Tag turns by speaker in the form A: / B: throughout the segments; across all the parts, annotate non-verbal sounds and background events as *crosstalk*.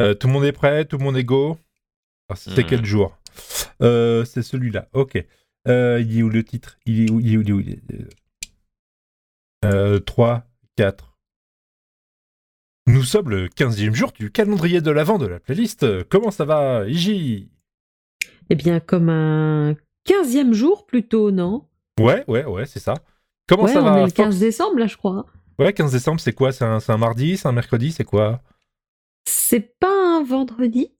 A: Euh, tout le monde est prêt, tout le monde est go. Ah, C'était
B: Hmm.
A: quel jour Euh, C'est celui-là. Ok. Euh, il est où le titre Il est où Il est où Il est où, il est où Euh, 3, 4. Nous sommes le 15e jour du calendrier de l'avant de la playlist. Euh, Comment ça va, Iji
C: Eh bien, comme un 15e jour plutôt, non
A: Ouais, ouais, ouais, c'est ça. Comment
C: Ouais,
A: ça
C: on
A: va
C: est le
A: Fox
C: 15 décembre, là, je crois.
A: Ouais, 15 décembre, c'est quoi C'est un, c'est un mardi C'est un mercredi C'est quoi
C: C'est pas un vendredi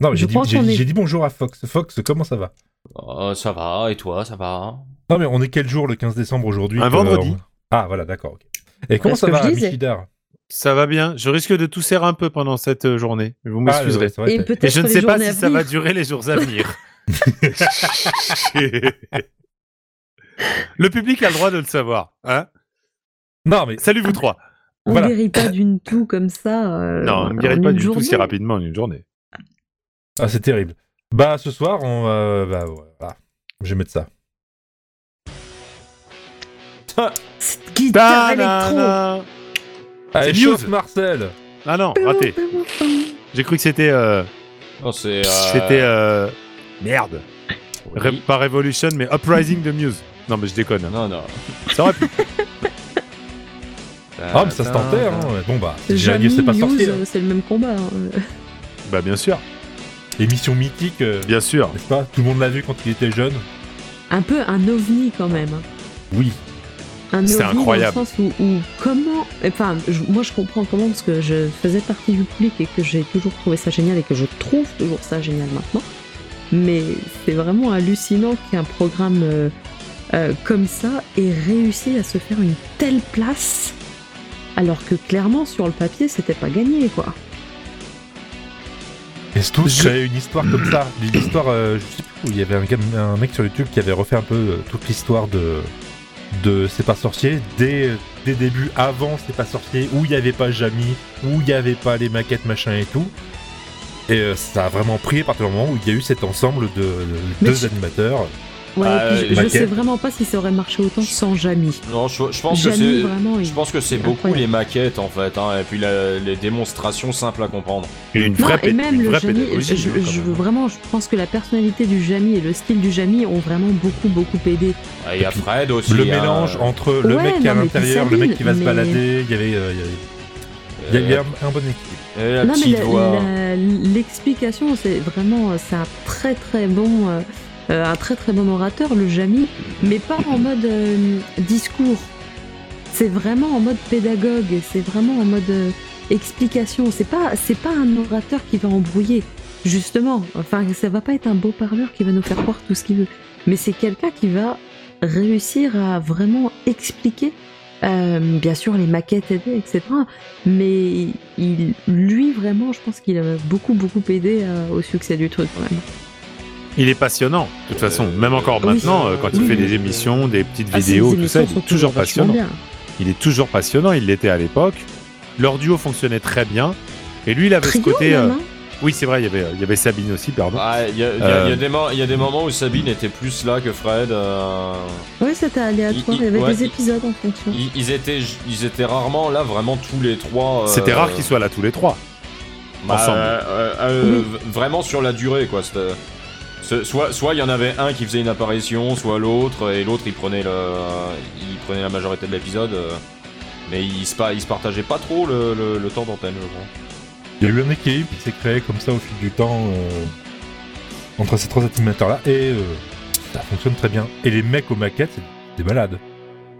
A: Non, mais
C: Je
A: j'ai dit,
C: crois
A: j'ai-
C: qu'on est-
A: j'ai dit bonjour à Fox. Fox, comment ça va
B: Oh, ça va, et toi,
A: *laughs*
B: ça va
A: Non, mais on est quel jour le 15 décembre aujourd'hui
D: Un
A: que-
D: vendredi.
A: Ah, voilà, d'accord. ok. Et comment
C: ce
A: ça
C: que
A: va,
C: je disais.
A: Michidar
D: Ça va bien. Je risque de tousser un peu pendant cette euh, journée. mais
A: Ah,
D: Vous
A: ouais,
D: m'excuserez.
A: c'est vrai,
C: Et
A: t'as-
C: peut-être
D: Et je ne
C: pour les
D: sais pas
C: journées
D: si
C: à
D: ça va
C: venir.
D: durer les jours à
C: *laughs*
D: venir. le public a le droit de le savoir. hein
A: Non, mais
D: Salut vous trois.
C: On
A: Voilà.
C: guérit
D: *laughs*
C: pas d'une toux comme ça. euh,
D: non, ne me
C: en
D: guérissez pas
C: une
D: du tout
C: journée.
D: si rapidement en une journée.
A: ah, c'est terrible. Bah, ce soir, on va. Bah, ouais, voilà. Je vais mettre ça.
C: Cette guitare électro
D: Ta-da-da.
A: Allez,
D: news.
A: chauffe Marcel
D: Ah non, raté. J'ai cru que c'était. euh,
B: Non, c'est. euh,
D: C'était. euh, Merde.
B: oui.
D: Ré- pas Revolution, mais Uprising the Muse. Non, mais je déconne. hein.
B: Non, non.
D: Ça aurait pu.
A: Ah, mais ça se
B: Euh,
A: tentait, hein. ouais. Bon, bah, c'est déjà-
C: Jamie
A: c'est pas
C: News,
A: sorti. hein.
C: euh, C'est le même combat. hein.
D: Bah, bien sûr.
A: Émission mythique, euh,
D: Bien sûr.
A: n'est-ce pas Tout le monde l'a vu quand il était jeune.
C: Un peu un ovni quand même.
A: Oui.
C: Un
D: C'est
C: ovni
D: incroyable.
C: Dans le sens où, où comment, enfin, je- moi je comprends comment parce que je faisais partie du public et que j'ai toujours trouvé ça génial et que je trouve toujours ça génial maintenant. Mais c'est vraiment hallucinant qu'un programme euh, euh, comme ça ait réussi à se faire une telle place, alors que clairement sur le papier c'était pas gagné quoi.
A: Est-ce que
D: Je-
A: j'avais une histoire comme ça Une histoire, euh, je sais plus où, il y avait un, gam- un mec sur YouTube qui avait refait un peu euh, toute l'histoire de, de C'est pas sorcier, dès, dès début, avant C'est pas sorcier, où il n'y avait pas Jamie, où il n'y avait pas les maquettes, machin et tout. Et euh, ça a vraiment pris à partir du moment où il y a eu cet ensemble de, de
C: Mais
A: deux
C: tu-
A: animateurs.
C: Ouais,
B: Ah,
C: et puis je,
A: euh,
C: je sais
A: Maquette.
C: vraiment pas si ça aurait marché autant sans Jamie.
B: Non, je, je pense que
C: Jamie
B: c'est.
C: vraiment. il-
B: Je pense que c'est
C: C'est
B: beaucoup
C: incroyable.
B: les maquettes en fait, hein, et puis la- les démonstrations simples à comprendre.
D: Une
C: Non,
D: vraie, pé-
C: et même
D: une
C: le
D: vraie
C: Jamie, je,
D: pédagogie. hein,
C: je-
D: quand même.
C: je- vraiment, je pense que la personnalité du Jamie et le style du Jamie ont vraiment beaucoup, beaucoup aidé.
B: Ah, Il y a Fred aussi.
A: Le
B: hein,
A: mélange
B: euh,
A: entre le
C: Ouais,
A: mec qui est à
C: non, mais puis
A: l'intérieur, le
C: Sabine,
A: mec qui va se
C: mais- Euh,
A: balader, il y avait, euh, il y avait- il y avait un, un bon équilibre.
B: et la
C: Non, mais
B: petite
C: la-
B: voix.
C: la- l'explication, c'est vraiment, euh, c'est un très, très bon, euh, euh, un très, très bon orateur, le Jamie, mais pas en mode euh, discours. C'est vraiment en mode pédagogue, c'est vraiment en mode euh, explication. C'est pas, c'est pas un orateur qui va embrouiller, justement. Enfin, ça va pas être un beau parleur qui va nous faire croire tout ce qu'il veut. Mais c'est quelqu'un qui va réussir à vraiment expliquer, euh, bien sûr, les maquettes, aider, etc. Mais il, lui, vraiment, je pense qu'il a beaucoup, beaucoup aidé euh, au succès du truc, quand même.
D: Il est passionnant, de toute façon. Même encore
C: Oui.
D: maintenant, euh, quand il
C: Oui,
D: fait
C: oui.
D: des émissions, des petites
C: Ah, ces
D: vidéos, tout
C: émissions
D: ça, il
C: sont
D: est toujours
C: vachement
D: passionnant.
C: bien.
D: Il est toujours passionnant, il l'était à l'époque. Leur duo fonctionnait très bien. Et lui, il avait
C: Trio,
D: ce côté.
C: même,
D: euh,
C: hein.
D: Oui, c'est vrai, il y, avait, il y avait Sabine aussi, pardon.
B: Ah, Il y, a- il y a- il
A: Euh.
B: y a des mo- il y a des moments où Sabine était plus là que Fred. euh,
C: Ouais, c'était aléatoire, il y avait
B: ouais,
C: des
B: il-
C: épisodes en fonction.
B: ils, ils étaient, ils étaient rarement là, vraiment tous les trois. euh,
D: C'était rare qu'ils soient là tous les trois.
B: Bah,
D: ensemble.
B: euh, euh, euh, v- Vraiment sur la durée, quoi. c'était- ce- Soit, soit il y en avait un qui faisait une apparition, soit l'autre, et l'autre il prenait le, il prenait la majorité de l'épisode, euh, mais ils se, pa- ils se partageaient pas trop le, le- le temps d'antenne, je crois.
A: Il y a eu un équilibre qui s'est créé comme ça au fil du temps euh, entre ces trois animateurs-là et euh, ça fonctionne très bien. Et les mecs aux maquettes, c'est des malades.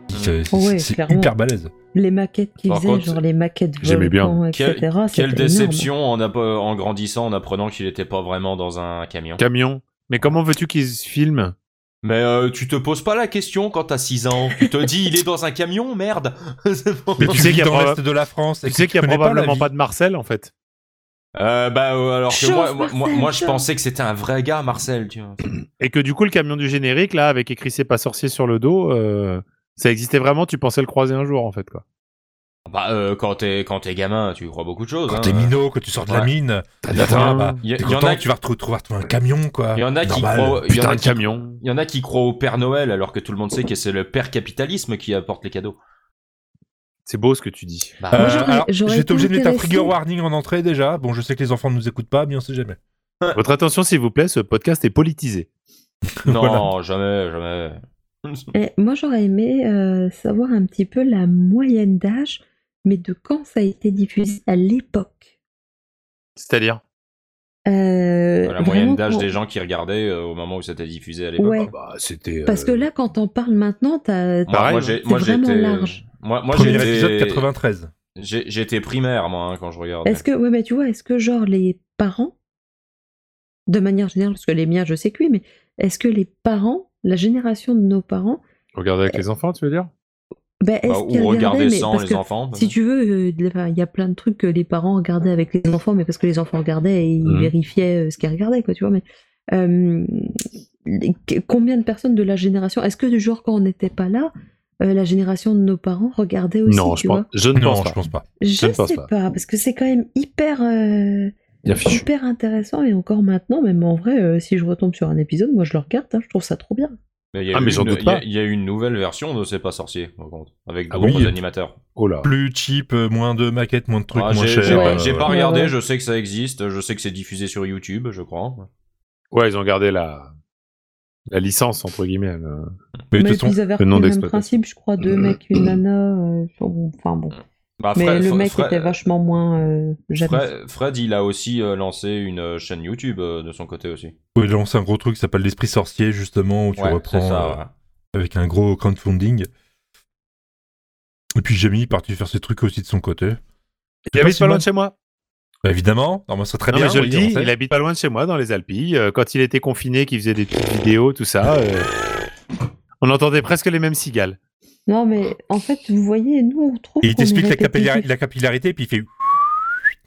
A: C'est c'est-
C: Oh ouais,
A: c'est
C: clairement.
A: hyper balèze.
C: Les maquettes qu'ils
B: Par
C: faisaient,
B: contre,
C: genre les maquettes
D: j'aimais bien.
C: volcans, etc.
B: Quelle- Quelle
C: c'était
B: déception en, app- en grandissant, en apprenant qu'il était pas vraiment dans un camion.
D: Camion. Mais comment veux-tu qu'ils filment
B: Mais euh, tu te poses pas la question quand t'as 6 ans. Tu te dis, il est dans un camion, merde. *laughs* C'est bon.
A: Mais
D: tu
A: tu
D: sais
A: sais
D: qu'il y a
A: dans
D: proba-
A: l'est de la France, et
D: Tu
A: que
D: sais qu'il y a
A: connais
D: probablement
A: pas
D: pas de Marcel, en fait.
B: Euh, bah euh, alors que
C: Chauffe,
B: moi, moi, moi,
C: Marcel,
B: moi, je
C: chauffe.
B: pensais que c'était un vrai gars, Marcel. Tu vois.
D: Et que du coup, le camion du générique, là, avec écrit C'est pas sorcier sur le dos, euh, ça existait vraiment, tu pensais le croiser un jour, en fait, quoi.
B: Bah euh, quand t'es quand t'es gamin, tu crois beaucoup de
A: la vie.
B: choses.
A: Quand t'es
B: hein.
A: minot, que tu sors de la
B: Ouais.
A: mine,
D: Putain,
B: Il y a-
A: t'es
B: il y en
A: content,
B: a-
A: tu vas retrouver toi un camion quoi.
B: Il y en a qui
A: Normal.
B: croient- bah, il y en
D: Putain,
B: a
D: le
B: qui-
D: camion.
B: il y en a qui croient au Père Noël alors que tout le monde sait que c'est le père capitalisme qui apporte les cadeaux.
D: C'est beau ce que tu dis.
B: Bah,
C: Moi,
A: Euh,
C: j'aurais-
A: alors,
C: j'aurais
A: J'étais
C: été
A: obligé de mettre un
C: intéressée.
A: trigger warning en entrée déjà. Bon, je sais que les enfants ne nous écoutent pas, mais on sait jamais.
D: Votre attention, s'il vous plaît, ce podcast est politisé.
B: *laughs* non, jamais, jamais.
C: Eh, moi, j'aurais aimé euh, savoir un petit peu la moyenne d'âge, mais de quand ça a été diffusé à l'époque.
D: C'est-à-dire
C: Euh,
B: La moyenne
C: vraiment,
B: d'âge
C: quand-
B: des gens qui regardaient euh, au moment où c'était diffusé à l'époque. hein.
C: Ouais.
D: bah, C'était.
C: Parce que là, quand on parle maintenant, t'as...
B: Moi,
D: Pareil,
B: euh, moi,
D: hein.
B: j'ai-
C: C'est
B: moi,
C: vraiment
B: j'étais. euh,
C: large.
B: Moi, moi,
A: Premier
B: j'étais-
A: épisode 93.
B: j'ai- J'étais primaire, moi, hein, quand je regardais.
C: Est-ce que, ouais, mais tu vois, est-ce que genre les parents, de manière générale, parce que les miens, je sais que oui, mais est-ce que les parents, la génération de nos parents,
D: Regarder euh,
C: Euh,
D: avec les enfants, tu veux dire
C: ben, est-ce
B: Bah,
C: qu'ils
B: ou
C: regardaient,
B: regarder
C: mais
B: sans
C: parce
B: les
C: que
B: enfants
C: Si tu veux, euh, enfin, il y a plein de trucs que les parents regardaient avec les enfants, mais parce que les enfants regardaient et ils
D: Mhm.
C: vérifiaient euh, ce qu'ils regardaient, quoi, tu vois. Mais euh, les- que- combien de personnes de la génération Est-ce que du genre quand on n'était pas là, euh, la génération de nos parents regardait aussi
D: Non,
C: tu
D: je, pense,
C: vois
D: je ne
A: Non,
D: pense pas.
A: je pense pas.
C: Je
D: ne pense
C: sais
D: pas.
C: pas. parce que c'est quand même hyper, euh,
D: Bien fichu.
C: hyper intéressant et encore maintenant, même en vrai, euh, si je retombe sur un épisode, moi je le regarde, hein, je trouve ça trop bien.
B: Mais il y a
D: Ah, mais
B: eu
D: j'en
B: une-
D: doute
B: il y a-
D: pas.
B: Il y, a eu une nouvelle version de C'est pas sorcier, au compte, avec
A: Ah
B: d'autres
A: oui.
B: animateurs.
D: Oh là.
A: Plus cheap, euh, moins de maquettes, moins de trucs,
B: Ah,
A: moins
B: j'ai
A: cher.
B: j'ai pas,
A: euh,
B: j'ai pas
A: voilà.
C: Ouais,
B: regardé,
C: ouais.
B: je sais que ça existe, je sais que c'est diffusé sur YouTube, je crois.
D: Ouais, ils ont gardé la, la licence, entre guillemets. le-
A: Mais de
C: mais
A: toute façon,
C: ils avaient
D: le
C: repris le
D: nom
C: même
D: d'exploitation.
C: principe, je crois,
A: Euh,
C: deux mecs, une nana, euh, enfin bon.
B: Bah,
C: Mais
B: Fred-
C: le
B: Fre-
C: mec
B: Fre-
C: était vachement moins euh, jaloux.
B: Fred, Fred, il a aussi euh, lancé une euh, chaîne YouTube euh, de son côté aussi.
A: ils ont lancé un gros truc qui s'appelle l'esprit sorcier, justement, où tu
B: Ouais,
A: reprends
B: c'est ça,
A: euh,
B: ouais.
A: avec un gros crowdfunding. Et puis Jamie est parti faire ses trucs aussi de son côté.
D: Il habite pas loin de chez moi.
A: Bah, évidemment, non, mais ce serait très
D: Non,
A: bien.
D: mais je le
A: oui,
D: dis,
A: on sait.
D: il habite pas loin de chez moi, dans les Alpilles. Euh, quand il était confiné, qu'il faisait des petites vidéos, tout ça, euh, on entendait presque les mêmes cigales.
C: Non, mais en fait, vous voyez, nous, on trouve.
A: Et il
C: qu'on est
A: t'explique la, capillar-
C: répétitifs.
A: la capillarité, puis il fait.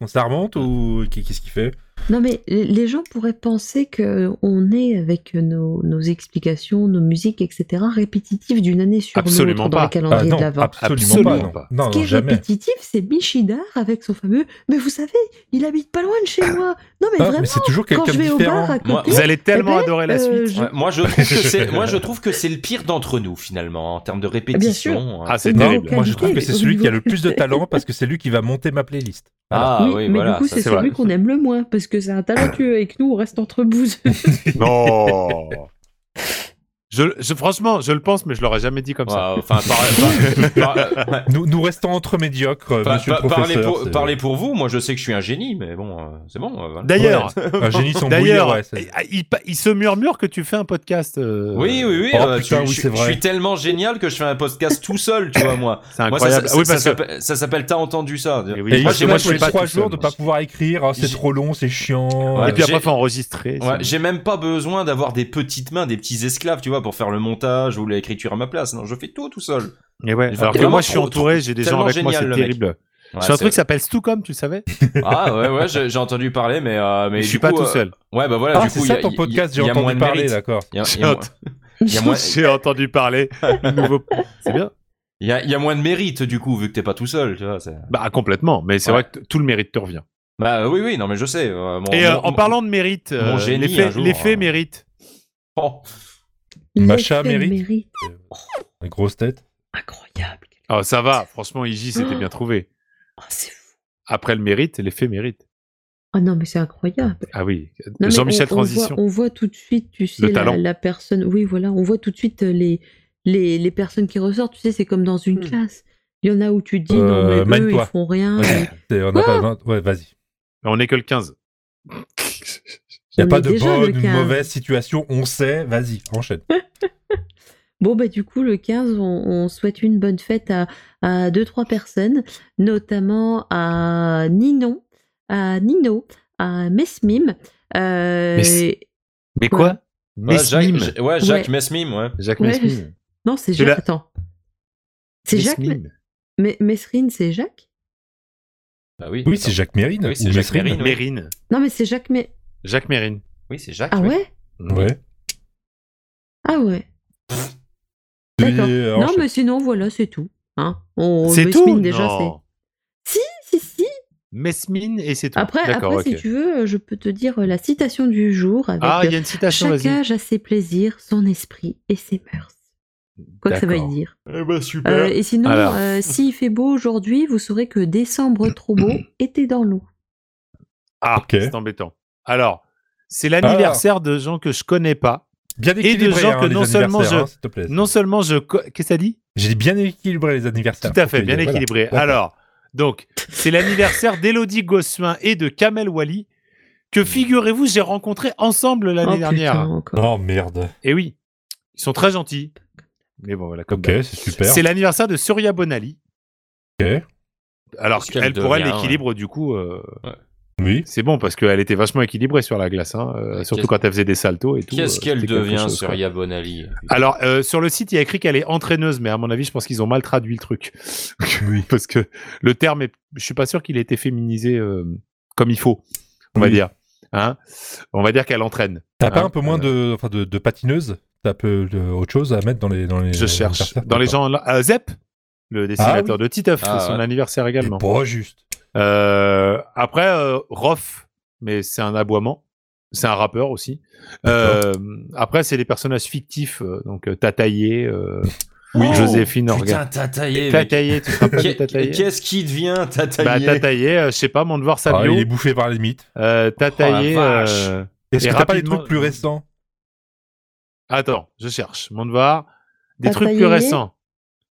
A: On ça remonte ou qu'est-ce qu'il fait
C: Non, mais les gens pourraient penser que on est, avec nos, nos explications, nos musiques, etc., répétitifs d'une année sur
D: Absolument
C: l'autre dans
D: pas.
C: le calendrier
A: Ah, non,
C: de l'avant.
A: absolument,
D: Absolument
A: pas.
D: pas.
A: Non, non,
C: Ce qui
A: non
C: est
A: jamais.
C: répétitif, c'est Michidar avec son fameux Mais vous savez, il habite pas loin de chez moi. Non, mais
A: Ah,
C: vraiment,
A: mais c'est toujours
C: quand
A: quelqu'un
C: je
A: de
C: vais au
A: différent.
C: bar à
B: Moi,
C: côté.
D: Vous allez
C: eh
D: tellement
C: ben,
D: adorer la
C: euh,
D: suite.
C: je-
B: Ouais, moi, je trouve
A: *laughs*
B: que c'est, moi, je trouve que c'est le pire d'entre nous, finalement, en termes de répétition. hein.
D: Ah, c'est
C: Non,
D: terrible.
A: Moi, je trouve que
C: mais
A: c'est
C: au
A: celui qui a le
C: niveau-
A: plus de talent parce que c'est lui qui va monter ma playlist.
B: Ah,
C: oui,
B: oui,
C: mais
B: voilà.
C: du coup,
B: ça,
C: c'est
D: c'est
C: celui
D: vrai.
C: qu'on aime le moins, parce que c'est un talentueux et que nous, on reste entre bouseux.
A: *laughs*
D: *laughs* Non je, je- Franchement, je le pense, mais je l'aurais jamais dit comme ça.
B: Ouais,
C: *laughs*
B: Enfin, par- par- par- ouais.
A: Nous, nous restons entre médiocres, euh,
B: Par-
A: monsieur le
B: par- parlez,
A: professeur.
B: pour,
A: c'est-
B: parlez pour vous, moi je sais que je suis un génie, mais bon, euh, c'est bon. euh, voilà.
D: D'ailleurs,
A: Un génie sans
D: *laughs* d'ailleurs,
A: brouillard, ouais, c'est-
D: il, pa- il se murmure que tu fais un podcast. euh,
B: Oui, oui, oui.
A: Oh,
B: euh,
A: putain,
B: tu-
A: oui, c'est
B: je, je
A: vrai.
B: suis tellement génial que je fais un podcast tout seul, tu vois, moi.
D: C'est
B: Moi, ça,
D: incroyable.
B: ça-
D: Ah oui,
B: ça
D: parce que-
B: s'appelle- ça s'appelle T'as entendu ça.
D: Eh oui,
A: Et
D: moi,
A: moi,
D: je-
A: j'ai
D: moi,
A: moi,
D: je suis pas
A: trois
D: tout seul,
A: jours de
D: moi.
A: pas pouvoir écrire. Ah, c'est
B: J'ai-
A: trop long, c'est chiant.
B: Ouais,
D: Et puis après,
B: j'ai-
D: faut enregistrer.
B: Ouais,
D: c'est-
B: j'ai même pas besoin d'avoir des petites mains, des petits esclaves, tu vois, pour faire le montage ou l'écriture à ma place. Non, je fais tout tout seul.
D: Et ouais,
B: Enfin,
D: alors que
B: vraiment
D: moi, je suis
B: trop-
D: entouré, j'ai des gens
B: tellement
D: avec moi,
B: génial,
D: c'est
B: le mec.
D: terrible.
B: Ouais,
D: J'ai un truc qui
B: c'est-
D: s'appelle Stucom, tu le savais
B: Ah ouais, ouais, j'ai j'ai entendu parler, mais euh, mais
D: Je
B: du
D: suis pas
B: coup,
D: tout
B: euh,
D: seul.
B: Ouais, bah voilà.
A: Ah,
B: du
A: c'est
B: coup, y
A: ça
B: a-
A: ton
B: y a-
A: podcast,
B: y
A: j'ai
B: a moins
A: entendu
B: de
A: parler,
B: mérite.
A: d'accord.
B: Y a- y a
D: J'ai
B: moins-
D: entendu-
B: y a moins-
D: *laughs* J'ai
B: *laughs*
D: entendu parler. Nouveau- C'est bien.
B: Il y a, il y a moins de mérite du coup vu que t'es pas tout seul, tu vois. c'est-
D: Bah complètement, mais c'est
B: Ouais.
D: vrai que t- tout le mérite te revient.
B: Bah euh, oui, oui, non mais je sais. euh, mon-
D: Et euh,
B: mon-
D: en parlant de mérite, euh,
B: mon génie,
D: l'effet
B: un jour,
D: l'effet
B: euh,
D: mérite.
B: mon-
A: Macha
C: L'effet
A: mérite. Une grosse tête.
C: Incroyable.
D: Oh, ça va, franchement, IJ, c'était bien trouvé.
C: Oh, c'est fou.
D: Après le mérite, l'effet mérite.
C: Ah non, mais c'est incroyable.
D: Ah oui,
C: Non, mais
D: Jean-Michel
C: on- on voit-
D: Transition.
C: On voit, tout de suite, tu sais,
D: talent.
C: la, la personne. Oui, voilà, on voit tout de suite euh, les, les, les personnes qui ressortent. Tu sais, c'est comme dans une classe. Il y en a où tu te dis,
A: Hmm. Euh,
C: non, mais eux,
A: mène-toi.
C: ils font rien.
A: Vas-y. C'est- On n'a pas vingt- Ouais, vas-y.
D: On est que le 15.
A: Il n'y a
C: On
A: pas
C: est
A: de
C: déjà le
A: bonne ou de
C: 15.
A: mauvaise situation, on sait, vas-y, enchaîne.
C: Bon, bah, du coup, le 15, on, on souhaite une bonne fête à, à deux, trois personnes, notamment à Ninon, à Nino, à Mesmim. Euh,
D: Mess- Mais
C: quoi Ouais.
B: Ouais, Bah, Jacques,
D: Messmime.
B: J- ouais, Jacques
C: Ouais.
B: Mesmime, ouais.
D: Jacques
C: Ouais,
D: Messmime.
C: Non, c'est
D: Tu l'as-
C: Jacques. Attends. C'est Jacques.
D: Messmime.
C: Mais Mesrine, c'est Jacques
B: Bah oui.
A: Oui, c'est Jacques Mérine.
B: Oui, c'est
A: ou
B: Jacques
A: Messrine.
B: Mérine.
D: Mérine.
C: Non, mais c'est Jacques. Mais...
D: Jacques Mérine.
B: Oui, c'est Jacques.
C: Ah
B: oui.
C: ouais
A: Ouais.
C: Ah ouais. D'accord.
A: Puis, euh,
C: non,
A: enchaîne.
C: mais sinon, voilà, c'est tout. Hein On
D: C'est
C: Mesmine,
D: tout
C: déjà,
D: Non.
C: c'est. Si, si.
D: Messmine et c'est tout.
C: Après,
D: D'accord,
C: après si
D: ok.
C: tu veux, je peux te dire euh, la citation du jour avec
D: Ah, il y
C: euh,
D: a une citation,
C: Chaque
D: vas-y.
C: âge a ses plaisirs, son esprit et ses mœurs. quoi que ça veuille
D: D'accord.
C: dire.
B: Eh ben super.
C: Euh, et sinon,
D: Alors.
C: euh, s'il fait beau aujourd'hui, vous saurez que décembre trop
D: *coughs*
C: beau, été dans l'eau.
D: Ah,
A: Ok.
D: c'est embêtant. Alors, c'est l'anniversaire de gens que je connais pas.
A: Bien
D: de
A: équilibré,
D: gens
A: hein,
D: que
A: les
D: non seulement
A: anniversaires,
D: je-
A: hein, s'il te plaît.
D: Non seulement je. co- Qu'est-ce que ça dit
A: J'ai dit bien équilibré les anniversaires.
D: Tout à fait,
A: Ok,
D: bien
A: voilà.
D: équilibré.
A: D'accord.
D: Alors, donc, c'est l'anniversaire d'Elodie Gossuin et de Kamel Wally, que figurez-vous, j'ai rencontré ensemble l'année
C: Oh,
D: dernière.
C: putain, encore.
A: Oh merde.
D: Et oui, ils sont très gentils. Mais bon, voilà, comme
A: Ok,
D: d'hab.
A: c'est super.
D: C'est l'anniversaire de Surya Bonali.
A: Ok.
D: Alors,
B: Parce qu'elle
D: elle, pour elle,
B: devient,
D: l'équilibre, du coup, euh,
A: Oui.
D: c'est bon parce qu'elle était vachement équilibrée sur la glace, hein, euh, surtout
B: Qu'est-ce-
D: quand elle faisait des saltos et tout.
B: Qu'est-ce
D: euh,
B: qu'elle
D: c'était quelque
B: devient,
D: chose, quoi.
B: Surya Bonali
D: Alors, euh, sur le site, il y a écrit qu'elle est entraîneuse, mais à mon avis, je pense qu'ils ont mal traduit le truc. *laughs*
A: Oui.
D: parce que le terme, est... je suis pas sûr qu'il ait été féminisé euh, comme il faut, on va
A: Oui.
D: dire. Hein on va dire qu'elle entraîne.
A: T'as pas
D: Hein,
A: un peu moins
D: euh,
A: de, enfin de, de patineuse T'as un peu de- autre chose à mettre dans les. Dans les
D: Je cherche.
A: anniversaires,
D: Dans les gens. là- euh, Zep, le dessinateur de Titeuf,
B: Ah,
D: c'est son
B: ouais.
D: anniversaire
A: C'est
D: également.
A: Pas juste.
D: Euh, après, euh, Rof, mais c'est un aboiement. C'est un rappeur aussi. Euh, après, c'est des personnages fictifs. euh, donc, euh, Tataillé, euh,
B: Oui.
D: Joséphine Organ.
B: Oh, Putain, Tataillé. mais-
D: Tataillé, tu te rappelles de
B: Qu'est-
D: Tataillé
B: Qu'est-ce qui devient,
D: Bah,
B: Tataillé
D: Tataillé, euh, je sais pas, mon devoir sa
A: Ah,
D: bio.
A: il est bouffé par les mythes.
D: Euh, Tataillé.
B: Oh, la vache.
D: euh,
A: Est-ce
D: Et
A: que t'as pas des
D: rapidement-
A: trucs plus récents
D: Attends, je cherche. Mon devoir. Des trucs
C: Tataillé.
D: plus récents.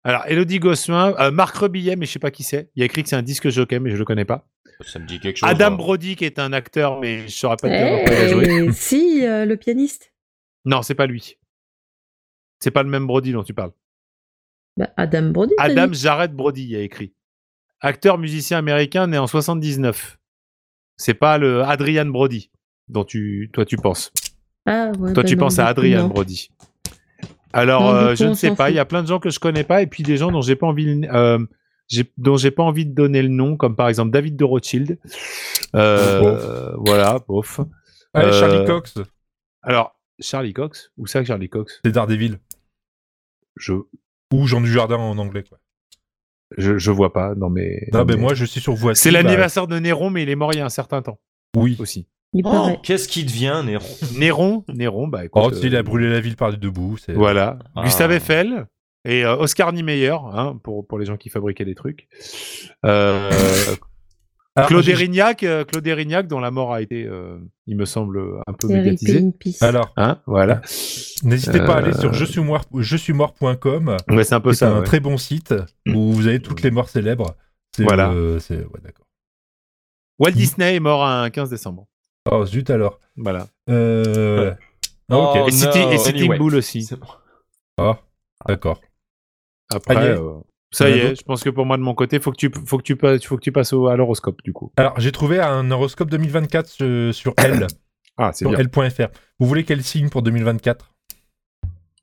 D: Alors, Elodie Gossuin, euh, Marc Rebillet, mais je sais pas qui c'est. Il y a écrit que c'est un disque jockey, mais je le connais pas.
B: Ça me dit quelque chose.
D: Adam
B: hein.
D: Brody, qui est un acteur, mais je saurais pas te dire dans quoi il a joué.
C: Eh, si, euh, le pianiste.
D: Non, c'est pas lui. C'est pas le même Brody dont tu parles.
C: Bah, Adam Brody. t'as
D: Adam
C: dit.
D: Jared Brody il y a écrit. Acteur musicien américain né en 79. C'est pas le Adrian Brody dont tu, toi tu penses.
C: Ah, ouais,
D: Toi
C: bah
D: tu
C: non,
D: penses
C: du
D: à
C: coup,
D: Adrian
C: non.
D: Brody. Alors
C: Non, du
D: euh,
C: coup,
D: je ne
C: on
D: sais
C: s'en
D: pas, il
C: fout.
D: y a plein de gens que je connais pas et puis des gens dont j'ai pas envie euh, j'ai- dont j'ai pas envie de donner le nom comme par exemple David de Rothschild. Euh, voilà, bof.
A: Ah,
D: Euh,
A: Charlie Cox,
D: Alors Charlie Cox, où ça Charlie Cox
A: c'est Daredevil.
D: Je
A: Ou Jean du Jardin en anglais. Quoi.
D: je, je vois pas dans mes
A: Non,
D: dans
A: ben
D: mes-
A: moi, je suis sur voici.
D: C'est
A: bah,
D: l'anniversaire de Néron mais il est mort il y a un certain temps
A: Oui.
D: aussi.
C: Il
B: Oh,
C: paraît.
B: Qu'est-ce qui devient, Néron
D: Néron, Néron, bah écoute.
A: Oh, tu sais, il
D: euh,
A: a brûlé la ville par les deux bouts. C'est...
D: Voilà.
B: Ah.
D: Gustave Eiffel et euh, Oscar Niemeyer, hein, pour, pour les gens qui fabriquaient des trucs. Euh,
A: *laughs* Alors,
D: Claude
A: j'ai-
D: Erignac, euh, Claude Erignac, dont la mort a été, euh, il me semble, un peu
C: C'est R.I.P.
D: médiatisée.
C: in peace.
A: Alors,
D: Hein, voilà.
A: n'hésitez pas à aller
D: Euh,
A: sur je suis mort, je suis mort.com.
D: Ouais, c'est un peu
A: C'est
D: ça.
A: un
D: ouais.
A: très bon site où vous avez toutes les morts célèbres. C'est,
D: Voilà.
A: euh, c'est... Ouais, d'accord.
D: Walt Disney est mort un 15 décembre.
A: Oh, zut alors.
D: Voilà.
A: Euh... Ah, ok.
B: Oh,
D: et City,
B: no,
D: et Sitting
B: anyway.
D: Bull aussi. Oh.
A: Ah, d'accord.
D: Après,
A: Ah, y est.
D: euh, ça
A: Il y en
D: y
A: a
D: est,
A: d'autres
D: je pense que pour moi, de mon côté, faut que tu, faut que tu, passes- faut que tu passes au- à l'horoscope, du coup.
A: Alors, j'ai trouvé un horoscope 2024 sur- euh, sur L,
D: Ah, c'est
A: sur
D: bien.
A: L.fr. Vous voulez quel signe pour 2024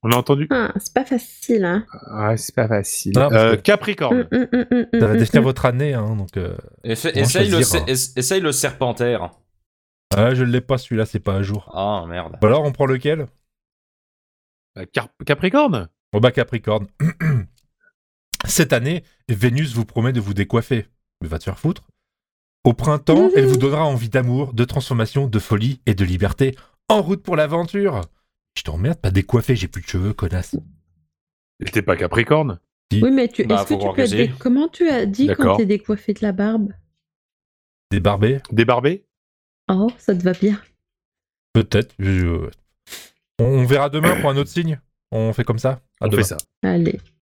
D: On a entendu.
C: Ah, c'est pas facile, hein.
D: Ah, c'est pas facile.
A: Ah, parce
D: Euh,
A: que-
D: Capricorne.
C: Hum, hum, hum, hum,
A: Ça va
C: hum,
A: définir
C: hum.
A: votre année, hein, donc... euh,
B: Essa-
A: Comment
B: Essaye le,
D: hein.
A: choisir,
B: se- es- essaye le serpentaire.
A: Ah, je l'ai pas, celui-là, c'est pas à jour.
B: Ah merde.
A: Bah alors, on prend lequel
D: Euh, Car- Capricorne
A: Bon bah, Capricorne. *clears throat* Cette année, Vénus vous promet de vous décoiffer. Mais va te faire foutre. Au printemps, elle vous donnera envie d'amour, de transformation, de folie et de liberté. En route pour l'aventure Je t'emmerde, pas décoiffé, j'ai plus de cheveux, connasse.
D: T'es pas Capricorne
C: Oui, mais tu,
B: Bah,
C: est-ce
B: faut
C: que
B: voir
C: tu peux
B: gazer.
C: être dé- Comment tu as dit
D: D'accord.
C: quand t'es décoiffé de la barbe
A: Débarbé
D: Débarbé
C: Oh, ça te va bien.
A: Peut-être. je- je- On on verra demain pour un autre signe. On fait comme ça. À
D: On
A: demain.
D: fait ça.
C: Allez.